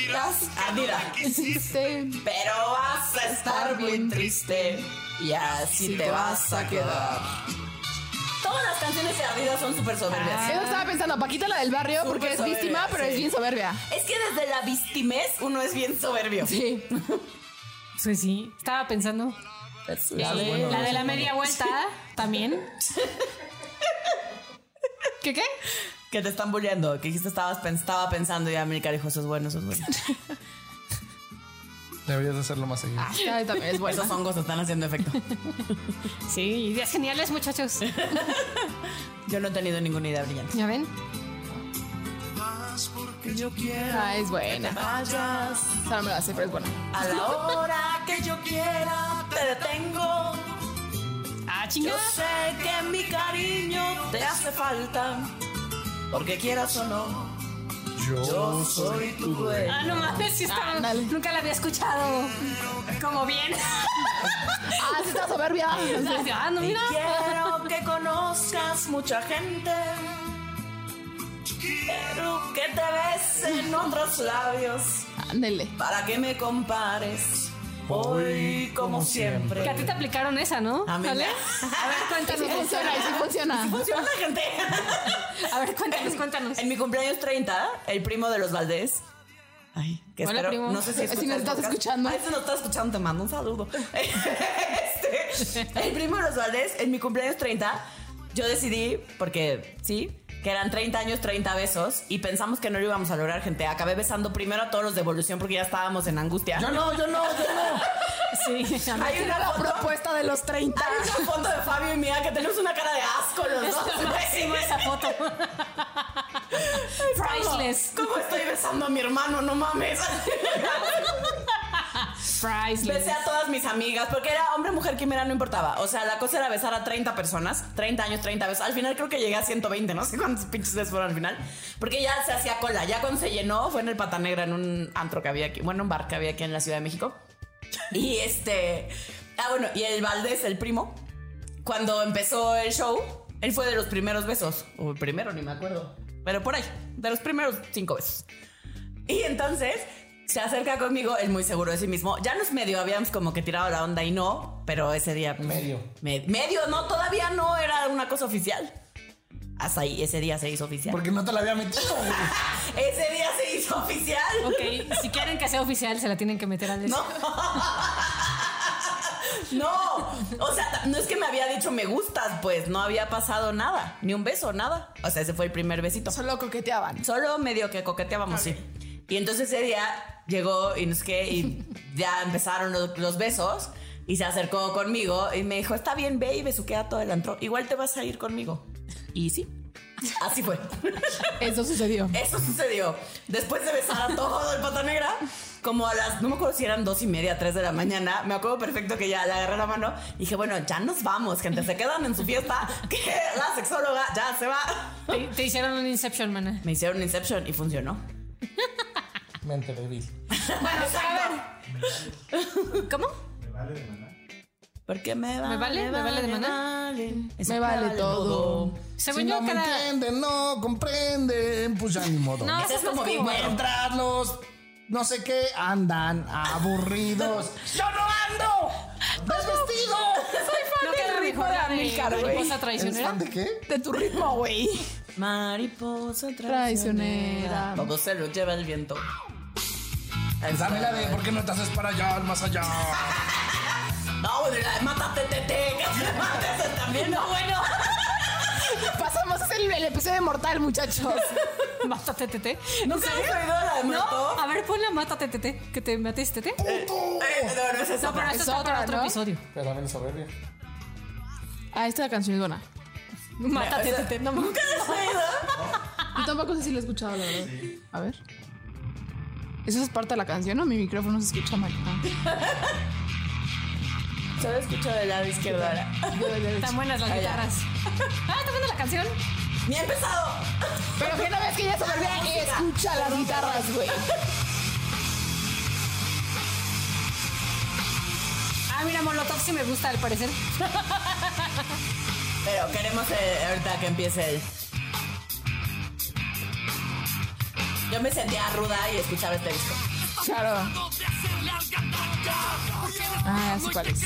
Adira.
Hiciste.
Pero vas a estar bien triste y así te vas a quedar. Todas las canciones de Adidas son súper soberbias.
Eso estaba pensando, Paquita la del barrio,
Súper
porque es
soberbia,
víctima, pero
sí.
es bien soberbia.
Es que desde la vistimez uno es bien soberbio.
Sí.
Sí, Pues sí. Estaba pensando.
Es-
eh, la de la media vuelta también.
¿Qué qué?
Que te están bulleando, que dijiste estabas pens- estaba pensando y América dijo, eso es bueno, eso es bueno.
Deberías hacerlo más seguido.
Ah, ya, también es bueno.
Esos hongos están haciendo efecto.
Sí, ideas geniales, muchachos.
Yo no he tenido ninguna idea brillante.
¿Ya ven?
Ah, es buena.
Vayas
Esa no me la sé, pero es buena.
a la hora que yo quiera, te detengo.
Ah,
Yo
chinga.
sé que mi cariño te hace falta, porque quieras o no,
Yo soy tu dueño.
Ah, no mames, sí está-
Ándale.
nunca la había escuchado. Como bien.
Ah, sí está soberbia.
ah, no,
Y
mira.
quiero que conozcas mucha gente. Quiero que te besen otros labios
Ándale.
para que me compares. Hoy, como siempre.
Que a ti te aplicaron esa, ¿no?
A mí me-
¿Vale? A ver,
Sí
cuéntanos.
funciona, sí funciona.
Funciona, gente.
A ver, cuéntanos, cuéntanos.
En mi cumpleaños 30, el primo de los Valdés. Ay, que
Hola,
espero,
primo.
no sé si,
Si
escuchas
nos
el
estás
podcast.
escuchando.
Ay, si nos estás escuchando, te mando un saludo. Este, el primo de los Valdés, en mi cumpleaños 30, yo decidí, porque sí, que eran 30 años, 30 besos, y pensamos que no lo íbamos a lograr, gente. Acabé besando primero a todos los de evolución porque ya estábamos en angustia.
Yo no, yo no, yo no.
Sí, a mí.
Hay una foto-
Propuesta de los 30.
Hay una foto de Fabio y mía que tenemos una cara de asco los dos.
lo máximo
güey.
esa foto.
¿Cómo?
Priceless.
¿Cómo estoy besando a mi hermano? No mames. Besé
Priceless.
a todas mis amigas, porque era hombre, mujer, quimera, no importaba. O sea, la cosa era besar a 30 personas, 30 años, 30 veces. Al final creo que llegué a 120, no sé cuántos pinches veces fueron al final. Porque ya se hacía cola. Ya cuando se llenó, fue en el Pata Negra, en un antro que había aquí, bueno, un bar que había aquí en la Ciudad de México. Y este. Ah, bueno, y el Valdés, el primo, cuando empezó el show, él fue de los primeros besos. O el primero, ni me acuerdo. Pero por ahí, de los primeros cinco besos. Y entonces se acerca conmigo, él muy seguro de sí mismo. Ya nos medio habíamos como que tirado la onda y no, pero ese día. pues,
Medio.
me- medio, no, todavía no era una cosa oficial. Hasta ahí, ese día se hizo oficial.
Porque no te la había metido, güey.
Ese día se hizo oficial.
Ok, si quieren que sea oficial, se la tienen que meter al
No. No, o sea, no es que me había dicho me gustas, pues no había pasado nada, ni un beso, nada. O sea, ese fue el primer besito.
Solo coqueteaban.
Solo medio que coqueteábamos, sí. Y entonces ese día llegó y no sé qué, y ya empezaron los, los besos y se acercó conmigo y me dijo, está bien, ve y besuquea todo el antro. Igual te vas a ir conmigo. Y sí, así fue.
Eso sucedió.
Eso sucedió. Después de besar a todo el pata negra, como a las, no me acuerdo si eran dos y media, tres de la mañana, me acuerdo perfecto que ya le agarré la mano y dije, bueno, ya nos vamos, gente, se quedan en su fiesta, que la sexóloga ya se va.
Te, te hicieron un Inception, mana.
Me hicieron Inception y funcionó.
Mente débil.
Bueno, ¿Cómo?
Porque me vale,
¿Me vale? ¿Me vale de maná?
vale. Eso
Me vale todo.
Según
si
yo,
no me
cada.
entienden, no comprenden, pues ya ni modo.
No,
Ese es
eso
como Big Mac.
Encontrarlos, no sé qué, andan aburridos.
¡Yo no ando!
¡Desvestido!
No queda
ritmo
mejor
de
la
Amilcar, güey.
mariposa
¿Eres
traicionera.
fan de qué?
De tu ritmo, güey.
Mariposa traicionera.
Traicionera.
Todo se lo lleva el viento.
Dame la de ¿por qué no te haces para allá, al más allá?
No, bueno, la de mátate, tete. Que te mates él también. No, bueno.
Pasamos es el, el episodio de Mortal, muchachos.
Mátate, tete.
¿Nunca habías oído la de
No,
Molotov?
a ver, ponla mátate, tete. Que te mates, tete.
Eh, no, no es esa.
No, Oh, pero esto
es
es otro,
otra,
otro
¿no?
episodio.
Pero también es soberbia.
Ah, esta canción es buena.
Mátate, tete. No,
¿Nunca habías oído?
Yo tampoco sé si la he escuchado, la verdad. A ver. ¿Eso es parte de la canción o mi micrófono se escucha mal? Ah,
Solo escucho del lado izquierdo ahora.
yo de derecha.
Están buenas las
Ah, ya.
guitarras. Ah, ¿está buena la canción?
¡Ni he empezado!
Pero que no ves que ya se volvía que escucha las guitarras, güey.
Ah, mira, Molotov sí me gusta, al parecer.
Pero queremos eh, ahorita que empiece el. Yo me sentía ruda y escuchaba este disco.
Claro. Ah, ya sé cuál es.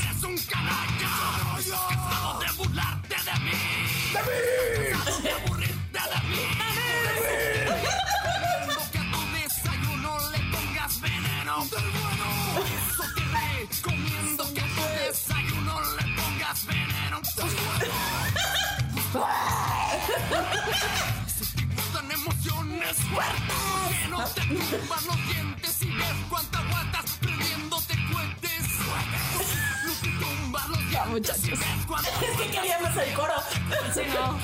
Ya, muchachos.
Es que queríamos el coro.
Sí, no.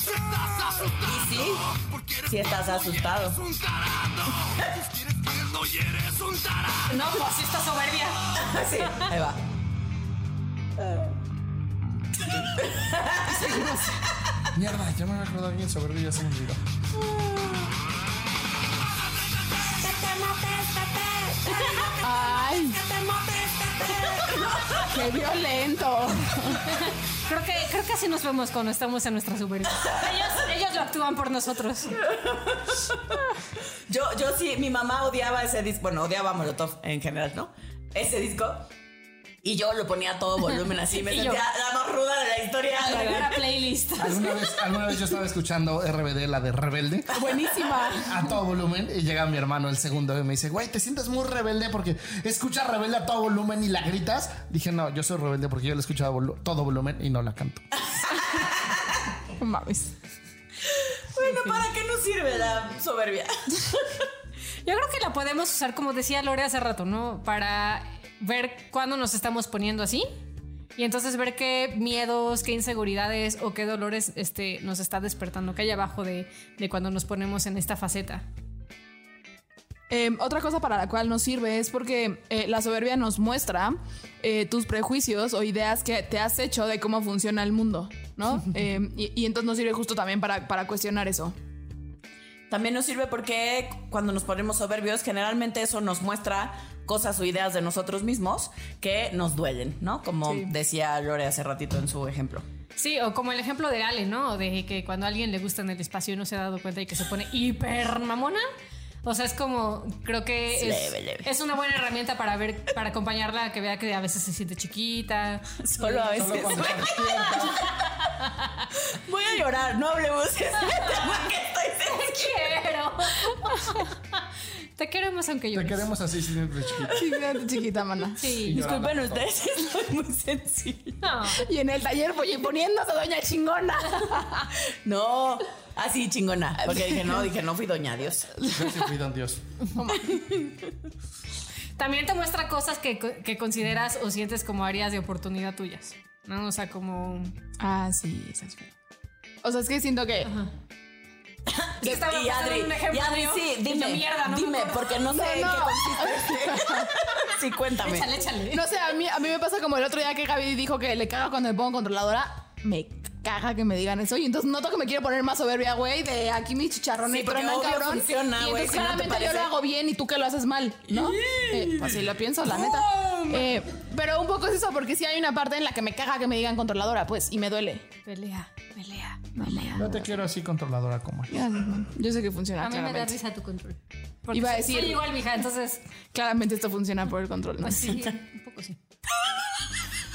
Y sí, si estás asustado.
No, pues sí está soberbia.
Ah, Sí, ahí va.
Mierda, ya me acuerdo bien sobre ya se me olvidó.
Ay, qué violento.
Creo que, creo que así nos vemos cuando estamos en nuestra Uber. Ellos, ellos lo actúan por nosotros.
Yo, yo sí, mi mamá odiaba ese disco. Bueno, odiaba Molotov en general, ¿no? Ese disco. Y yo lo ponía a todo volumen así. Me
Y
sentía
yo.
la más ruda de la historia.
Agregar a playlist.
¿Alguna vez, alguna vez yo estaba escuchando RBD, la de Rebelde,
Buenísima.
a todo volumen, y llega mi hermano el segundo y me dice, güey, te sientes muy rebelde porque escuchas rebelde a todo volumen y la gritas. Dije, no, yo soy rebelde porque yo la escucho a volu- todo volumen y no la canto.
No Mames.
Bueno, ¿para qué nos sirve la soberbia?
Yo creo que la podemos usar, como decía Lore hace rato, ¿no? Para ver cuándo nos estamos poniendo así. Y entonces ver qué miedos, qué inseguridades o qué dolores este, nos está despertando, que hay abajo de, de cuando nos ponemos en esta faceta.
Eh, otra cosa para la cual nos sirve es porque eh, la soberbia nos muestra eh, tus prejuicios o ideas que te has hecho de cómo funciona el mundo, ¿no? Eh, y, y entonces nos sirve justo también para, para cuestionar eso.
También nos sirve porque cuando nos ponemos soberbios, generalmente eso nos muestra cosas o ideas de nosotros mismos que nos duelen, ¿no? Como
Sí.
decía Lore hace ratito en su ejemplo.
Sí, o como el ejemplo de Ale, ¿no? De que cuando a alguien le gusta en el espacio y no se ha dado cuenta y que se pone hiper mamona. O sea, es como, creo que
Es
es,
leve, leve.
es una buena herramienta para ver, para acompañarla, que vea que a veces se siente chiquita.
Solo a veces.
Solo cuando estás despierta.
Voy a llorar, no hablemos de este tema que estoy sensible.
Te quiero. Te queremos aunque yo.
Te queremos así, siempre chiquito.
Sí, fíjate, chiquita, mana.
Sí.
Disculpen ustedes, estoy muy sensible.
No.
Y en el taller, oye, poniéndose doña chingona.
No, así chingona. Porque dije, no, dije, no fui doña, Dios.
Yo sí fui don Dios.
También te muestra cosas que, co- que consideras o sientes como áreas de oportunidad tuyas. ¿no? O sea, como.
Ah, sí, esa es buena. O sea, es que siento que.
Es que estaba
y
pensando en
Adri,
un ejemplo
y Adri,
mío,
sí,
y yo,
dime,
mierda, no me
dime,
acuerdo.
porque no sé en
no.
qué consiste. Sí, cuéntame.
Échale, échale.
No sé, a mí, a mí me pasa como el otro día que Gaby dijo que le caga cuando me pongo controladora. Me caga que me digan eso. Y entonces noto que me quiero poner más soberbia, güey, de aquí mis chicharrones
Sí, porque
tronan,
obvio
cabrón.
funciona,
y
güey,
entonces
si no te
claramente yo
parece.
lo hago bien y tú que lo haces mal, ¿no? Eh, pues sí, lo pienso, la neta. Eh, pero un poco es eso, porque sí hay una parte en la que me caga que me digan controladora, pues, y me duele.
Pelea, pelea.
No te quiero así controladora como él.
Ya, Yo sé que
Ah,
funciona,
A mí me da
claramente.
risa tu control. Porque
Iba a
soy-
decir-
soy igual, mija, entonces.
Claramente esto funciona por el control. ¿no?
Pues sí, un poco sí.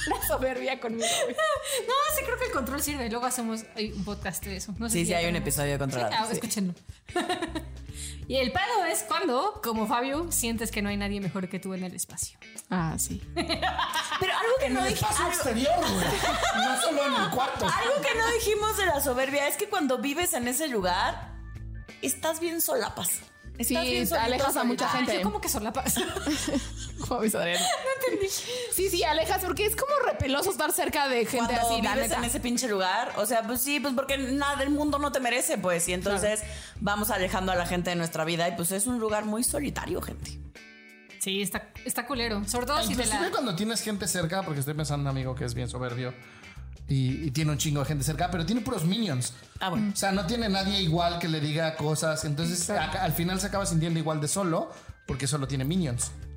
La soberbia conmigo, güey.
No, sí creo que el control sirve. Luego hacemos ay, un podcast de eso. No sé
Sí,
si
sí,
ya
hay un
tenemos.
episodio de control.
Sí, ah,
Sí.
escúchenlo. y el pedo es cuando, como Fabio, sientes que no hay nadie mejor que tú en el espacio.
Ah, sí.
Pero algo que no
El
dije,
espacio
algo,
exterior, güey. No solo en el cuarto.
algo que no dijimos de la soberbia es que cuando vives en ese lugar, estás bien solapas. Estás
Sí, te
solito,
alejas a mucha
solita.
gente.
Yo como que solapas.
Como aviso, Adrián. Sí, sí, alejas, porque es como repeloso estar cerca de gente
Cuando
así, la
vives
neta.
en ese pinche lugar, o sea, pues sí, pues porque nada del mundo no te merece, pues. Y entonces vamos alejando a la gente de nuestra vida y pues es un lugar muy solitario, gente.
sí, está, está culero. pues, Sobre todo si te
Inclusive
la...
cuando tienes gente cerca, porque estoy pensando en un amigo que es bien soberbio y, y tiene un chingo de gente cerca, pero tiene puros minions.
Ah, bueno.
O sea, no tiene nadie igual que le diga cosas. Entonces, a- al final se acaba sintiendo igual de solo, porque solo tiene minions.
Mm.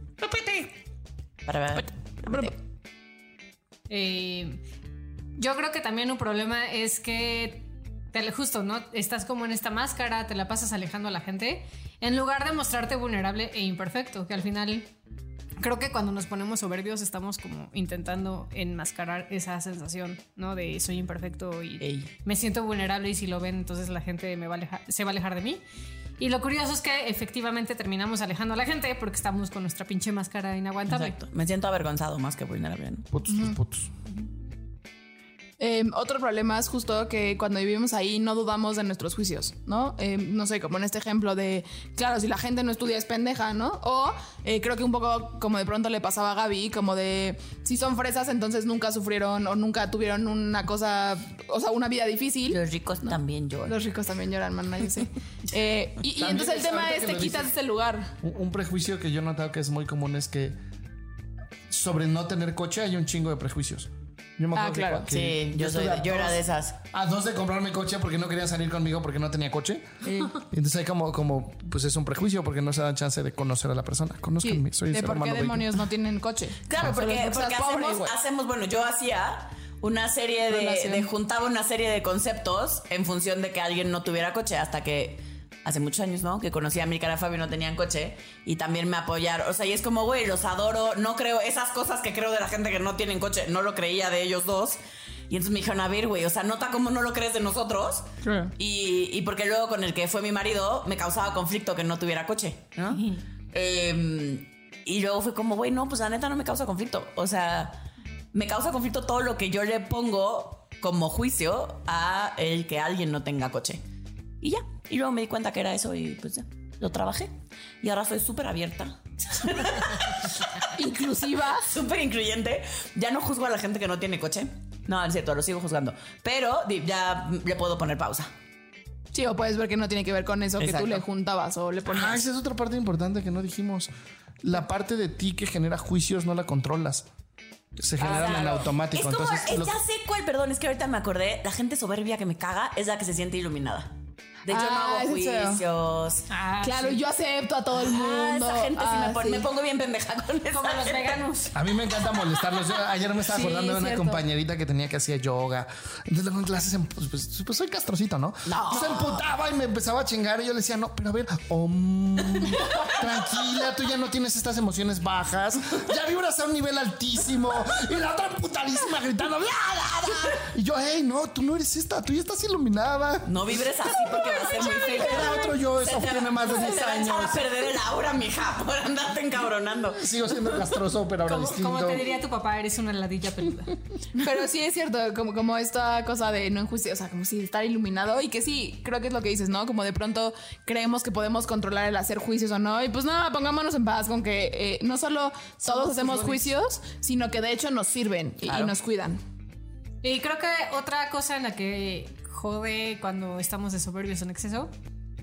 Para
Eh, yo creo que también un problema es que te- justo, ¿no? Estás como en esta máscara, te la pasas alejando a la gente, en lugar de mostrarte vulnerable e imperfecto, que al final creo que cuando nos ponemos soberbios estamos como intentando enmascarar esa sensación, ¿no? De soy imperfecto y
Ey.
me siento vulnerable y si lo ven, entonces la gente me va a alejar- se va a alejar de mí. Y lo curioso es que efectivamente terminamos alejando a la gente porque estamos con nuestra pinche máscara inaguantable.
Exacto. Me siento avergonzado más que vulnerable. ¿no?
Putos, tus putos.
Eh, otro problema es justo que cuando vivimos ahí no dudamos de nuestros juicios, ¿no? Eh, no sé, como en este ejemplo de, claro, si la gente no estudia es pendeja, ¿no? O eh, creo que un poco como de pronto le pasaba a Gaby, como de, si son fresas, entonces nunca sufrieron o nunca tuvieron una cosa, o sea, una vida difícil.
Los ricos también lloran.
Los ricos también lloran, man, yo sé. Eh, y- y,
También
entonces el
es
tema
ahorita
es,
que
te
lo
quitas
dices.
ese lugar.
Un, un prejuicio que yo he notado que es muy común es que sobre no tener coche hay un chingo de prejuicios. Yo me acuerdo
Ah,
que
claro.
cua- que
Sí, yo, soy
estuve
de-
a
yo era
dos-
de esas.
A dos de comprarme coche porque no querían salir conmigo porque no tenía coche. Y Entonces hay como, como, pues es un prejuicio porque no se dan chance de conocer a la persona. Conózcanme, soy
de
ese
Eh, por qué
hermano bello.
demonios no tienen coche.
Claro, porque,
Solo
porque
estás pobre,
hacemos,
güey.
hacemos- bueno, yo hacía una serie de,
Relación.
de- juntaba una serie de conceptos en función de que alguien no tuviera coche hasta que hace muchos años, ¿no? Que conocí a mi cara Fabio y no tenían coche y también me apoyaron. O sea, y es como, güey, los adoro, no creo esas cosas que creo de la gente que no tienen coche, no lo creía de ellos dos. Y entonces me dijeron, a ver, güey, o sea, nota cómo no lo crees de nosotros.
Claro.
Y, y porque luego con el que fue mi marido me causaba conflicto que no tuviera coche, ¿no? Em, y luego fue como, güey, no, pues la neta no me causa conflicto. O sea, me causa conflicto todo lo que yo le pongo como juicio a el que alguien no tenga coche. Y ya. Y luego me di cuenta que era eso y pues ya, lo trabajé. Y ahora soy súper abierta,
Inclusiva.
súper incluyente. Ya no juzgo a la gente que no tiene coche. No, es cierto, lo sigo juzgando. Pero di- ya le puedo poner pausa.
Sí, o puedes ver que no tiene que ver con eso que
Exacto.
tú le juntabas o le
Ah,
ponías.
esa es otra parte importante que no dijimos. La parte de ti que genera juicios no la controlas. Se generan en
Ah, Claro.
automático.
Es como,
entonces,
eh,
lo-
ya sé cuál, perdón, es que ahorita me acordé, la gente soberbia que me caga es la que se siente iluminada. De hecho,
Ah,
no hago
ese es
juicios.
Ah,
claro, yo acepto a todo el
Ah,
mundo.
esa gente sí
Ah,
me pone,
sí.
me pongo bien pendeja con esa
Como los
gente.
veganos.
A mí me encanta molestarlos. Yo ayer me estaba
Sí,
acordando de una
cierto.
compañerita que tenía que hacía yoga. Entonces luego en clases, em- pues, pues, pues, soy castrocito, ¿no?
No.
Se emputaba y me empezaba a chingar y yo le decía, no, pero a ver, om, tranquila, tú ya no tienes estas emociones bajas, ya vibras a un nivel altísimo. Y la otra putadísima gritando, "Bla, bla, bla". Y yo, hey, no, tú no eres esta, tú ya estás iluminada.
No vibres así porque va a ser muy feo.
Era otro yo,
Se
eso
te
tiene
va-
más de
se
10
te va a echar
años.
a perder el aura, mija, por andarte encabronando.
Sigo siendo castroso, pero ahora
Como,
distinto.
como te diría tu papá, eres una ladilla peluda.
Pero sí es cierto, como, como esta cosa de no enjuiciar, o sea, como si estar iluminado y que sí, creo que es lo que dices, ¿no? Como de pronto creemos que podemos controlar el hacer juicios o no, y pues nada, pongámonos en paz con que eh, no solo todos hacemos juicios, sino que de hecho nos sirven y- y nos cuidan.
Y creo que otra cosa en la que jode cuando estamos de soberbios en exceso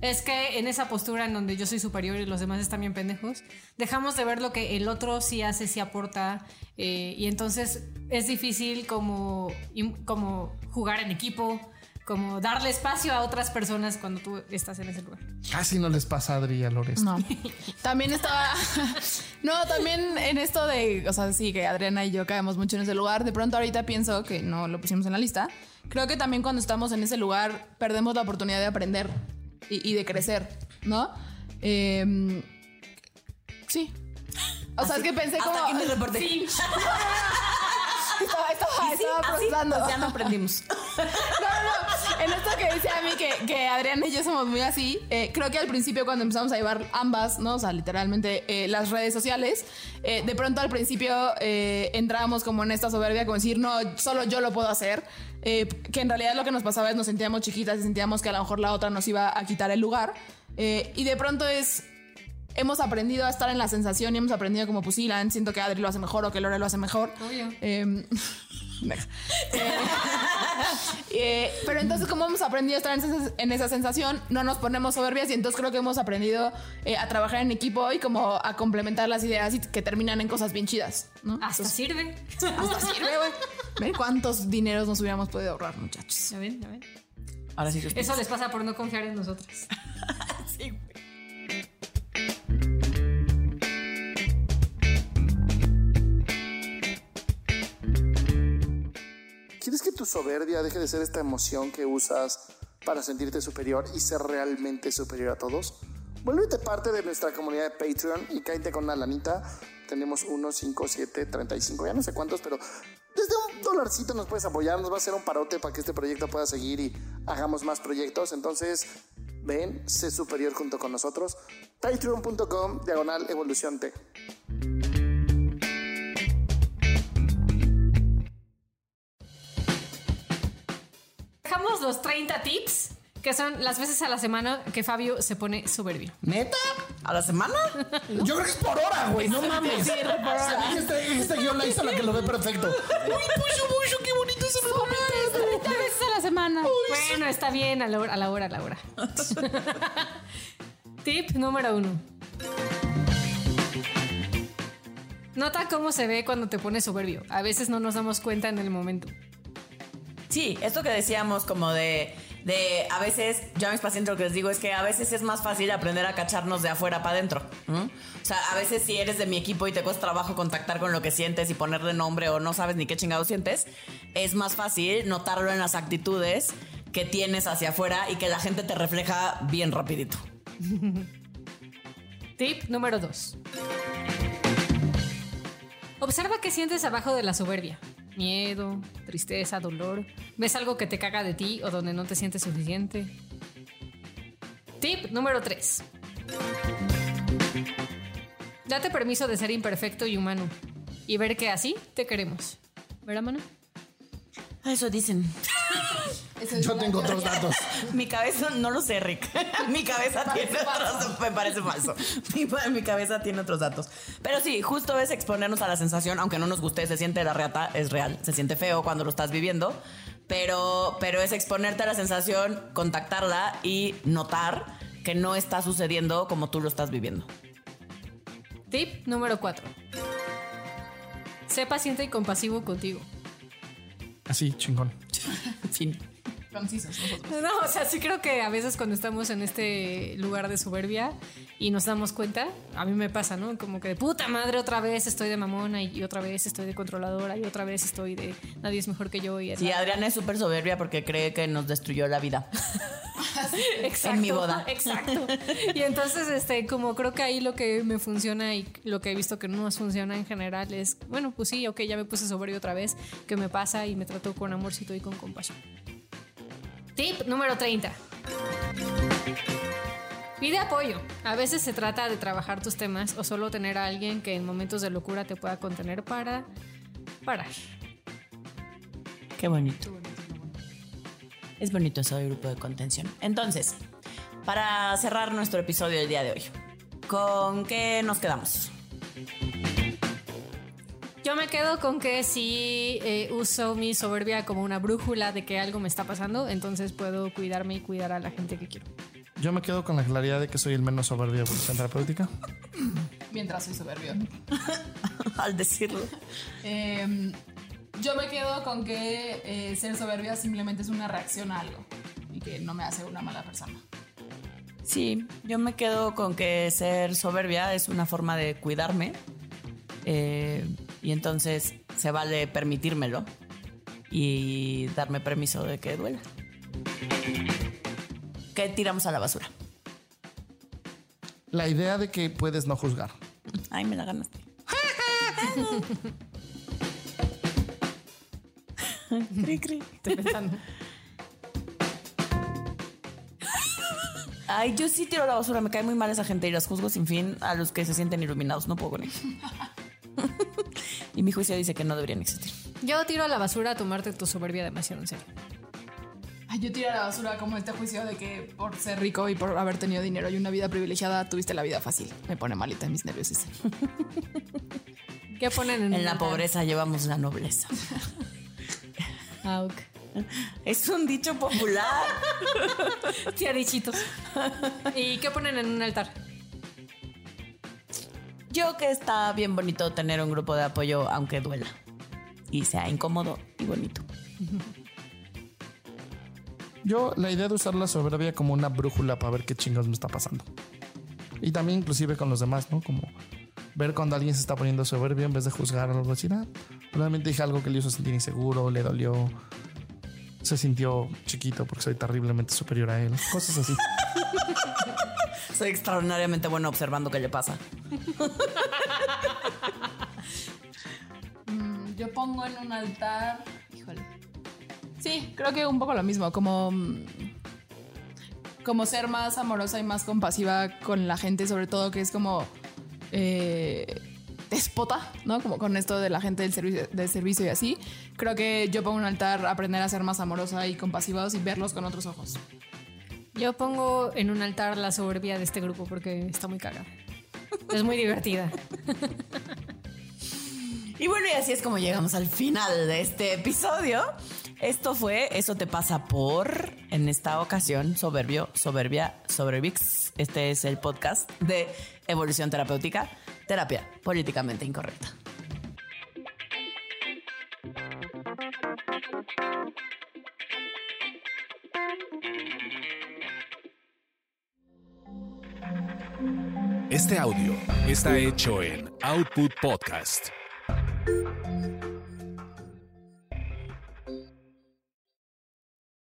es que en esa postura en donde yo soy superior y los demás están bien pendejos, dejamos de ver lo que el otro sí hace, sí aporta, eh, y entonces es difícil como, im- como jugar en equipo, como darle espacio a otras personas cuando tú estás en ese lugar.
Casi no les pasa a Adri y a Lores.
No. También estaba. No, también en esto de. O sea, sí, que Adriana y yo caemos mucho en ese lugar. De pronto, ahorita pienso que no lo pusimos en la lista. Creo que también cuando estamos en ese lugar, perdemos la oportunidad de aprender y, y de crecer, ¿no? Em, sí. O sea, es que pensé como.
Hasta aquí mi reporte.
Estaba, estaba,
Y sí,
estaba
así,
procesando.
pues ya no aprendimos.
No, no, no. En esto que dice a mí que, que Adrián y yo somos muy así, eh, creo que al principio cuando empezamos a llevar ambas, ¿no? O sea, literalmente eh, las redes sociales, eh, de pronto al principio eh, entrábamos como en esta soberbia, como decir, no, solo yo lo puedo hacer. eh, que en realidad lo que nos pasaba es nos sentíamos chiquitas y sentíamos que a lo mejor la otra nos iba a quitar el lugar. eh, y de pronto es, hemos aprendido a estar en la sensación y hemos aprendido como, pues sí, la neta, siento que Adri lo hace mejor o que Lore lo hace mejor.
Obvio.
Em, next. Eh, eh, pero entonces, como hemos aprendido a estar en esa, en esa sensación, no nos ponemos soberbias y entonces creo que hemos aprendido eh, a trabajar en equipo y como a complementar las ideas y que terminan en cosas bien chidas, ¿no?
Hasta
Entonces,
sirve.
hasta sirve, güey. Ven cuántos dineros nos hubiéramos podido ahorrar, muchachos.
¿Ya ven? ¿Ya ven?
Ahora sí que
Eso les pasa por no confiar en nosotras.
¿Quieres que tu soberbia deje de ser esta emoción que usas para sentirte superior y ser realmente superior a todos? Vuélvete parte de nuestra comunidad de Patreon y cállate con una lanita. Tenemos 1, 5, 7, 35, ya no sé cuántos, pero desde un dolarcito nos puedes apoyar, nos va a hacer un parote para que este proyecto pueda seguir y hagamos más proyectos. Entonces, ven, sé superior junto con nosotros. Patreon.com, diagonal evolución T.
Dejamos los 30 tips, que son las veces a la semana que Fabio se pone soberbio.
¿Neta?
¿A la semana?
Yo creo que es por hora, güey. No mames. Sí, por hora. Este, este guión la hizo la que lo ve perfecto.
Una vez a la semana. Bueno, está bien, a la hora, a la hora, a la hora. Tip número uno. Nota cómo se ve cuando te pones soberbio. A veces no nos damos cuenta en el momento.
Sí, esto que decíamos como de, de a veces, yo a mis pacientes lo que les digo es que a veces es más fácil aprender a cacharnos de afuera para adentro. ¿m? O sea, a veces si eres de mi equipo y te cuesta trabajo contactar con lo que sientes y ponerle nombre o no sabes ni qué chingado sientes, es más fácil notarlo en las actitudes que tienes hacia afuera y que la gente te refleja bien rapidito.
Tip número 2. Observa qué sientes abajo de la soberbia. Miedo, tristeza, dolor. ¿Ves algo que te caga de ti o donde no te sientes suficiente? Tip número 3. Date permiso de ser imperfecto y humano y ver que así te queremos. ¿Verdad, mano?
Eso dicen.
Yo tengo otros datos.
Mi cabeza, no lo sé, Rick. Mi cabeza tiene otros, me parece falso. Mi, mi cabeza tiene otros datos. Pero sí, justo es exponernos a la sensación, aunque no nos guste, se siente la reata, es real, se siente feo cuando lo estás viviendo, pero, pero es exponerte a la sensación, contactarla y notar que no está sucediendo como tú lo estás viviendo.
Tip número 4. Sé paciente y compasivo contigo.
Así, chingón.
Fin.
Concisos nosotros.
No, o sea, sí creo que a veces cuando estamos en este lugar de soberbia y nos damos cuenta, a mí me pasa, ¿no? Como que de puta madre, otra vez estoy de mamona y otra vez estoy de controladora y otra vez estoy de nadie es mejor que yo. Y
Sí, Adriana es súper soberbia porque cree que nos destruyó la vida.
exacto,
en mi boda.
Exacto. Y entonces, este, como creo que ahí lo que me funciona y lo que he visto que no nos funciona en general es, bueno, pues sí, ok, ya me puse soberbia otra vez, que me pasa y me trato con amorcito y con compasión. Tip número 30. Pide apoyo. A veces se trata de trabajar tus temas o solo tener a alguien que en momentos de locura te pueda contener para parar.
Qué bonito. Es bonito ese grupo de contención. Entonces, para cerrar nuestro episodio del día de hoy, ¿con qué nos quedamos?
Yo me quedo con que si eh, uso mi soberbia como una brújula de que algo me está pasando, entonces puedo cuidarme y cuidar a la gente que quiero.
Yo me quedo con la claridad de que soy el menos soberbio por ser terapéutica.
Mientras soy soberbio.
Al decirlo.
Eh, yo me quedo con que eh, ser soberbia simplemente es una reacción a algo y que no me hace una mala persona.
Sí, yo me quedo con que ser soberbia es una forma de cuidarme eh, y entonces se vale permitírmelo y darme permiso de que duela. ¿Qué tiramos a la basura?
La idea de que puedes no juzgar.
Ay, me la ganaste. cri, cri.
Estoy pensando.
Ay, yo sí tiro a la basura, me cae muy mal esa gente y las juzgo sin fin a los que se sienten iluminados, no puedo con ellos. y mi juicio dice que no deberían existir.
Yo tiro a la basura a tomarte tu soberbia demasiado en serio.
Ay, yo tiro a la basura como este juicio de que por ser rico y por haber tenido dinero y una vida privilegiada tuviste la vida fácil. Me pone malita en mis nervios ese.
¿Qué ponen en,
En la pobreza llevamos la nobleza.
Ah, ok.
Es un dicho popular.
Tiarichitos. ¿Y qué ponen en un altar?
Yo que está bien bonito tener un grupo de apoyo aunque duela y sea incómodo y bonito.
Yo, la idea de usar la soberbia como una brújula para ver qué chingados me está pasando. Y también inclusive con los demás, ¿no? Como ver cuando alguien se está poniendo soberbio en vez de juzgar o algo así. Ah, probablemente dije algo que le hizo sentir inseguro, le dolió, se sintió chiquito porque soy terriblemente superior a él. Cosas así.
Soy extraordinariamente bueno observando qué le pasa.
Mm, yo pongo en un altar. Híjole. Sí, creo que un poco lo mismo, como. mm, Como ser más amorosa y más compasiva con la gente, sobre todo que es como. Eh, despota, ¿no? Como con esto de la gente del servicio, del servicio y así. Creo que yo pongo en un altar aprender a ser más amorosa y compasivos y verlos con otros ojos.
Yo pongo en un altar la soberbia de este grupo porque está muy cagada. Es muy divertida.
Y bueno, y así es como llegamos al final de este episodio. Esto fue Eso te pasa por, en esta ocasión, Soberbio, Soberbia, Sobrevix. Este es el podcast de Evolución Terapéutica, Terapia Políticamente Incorrecta.
Este audio está hecho en Output Podcast.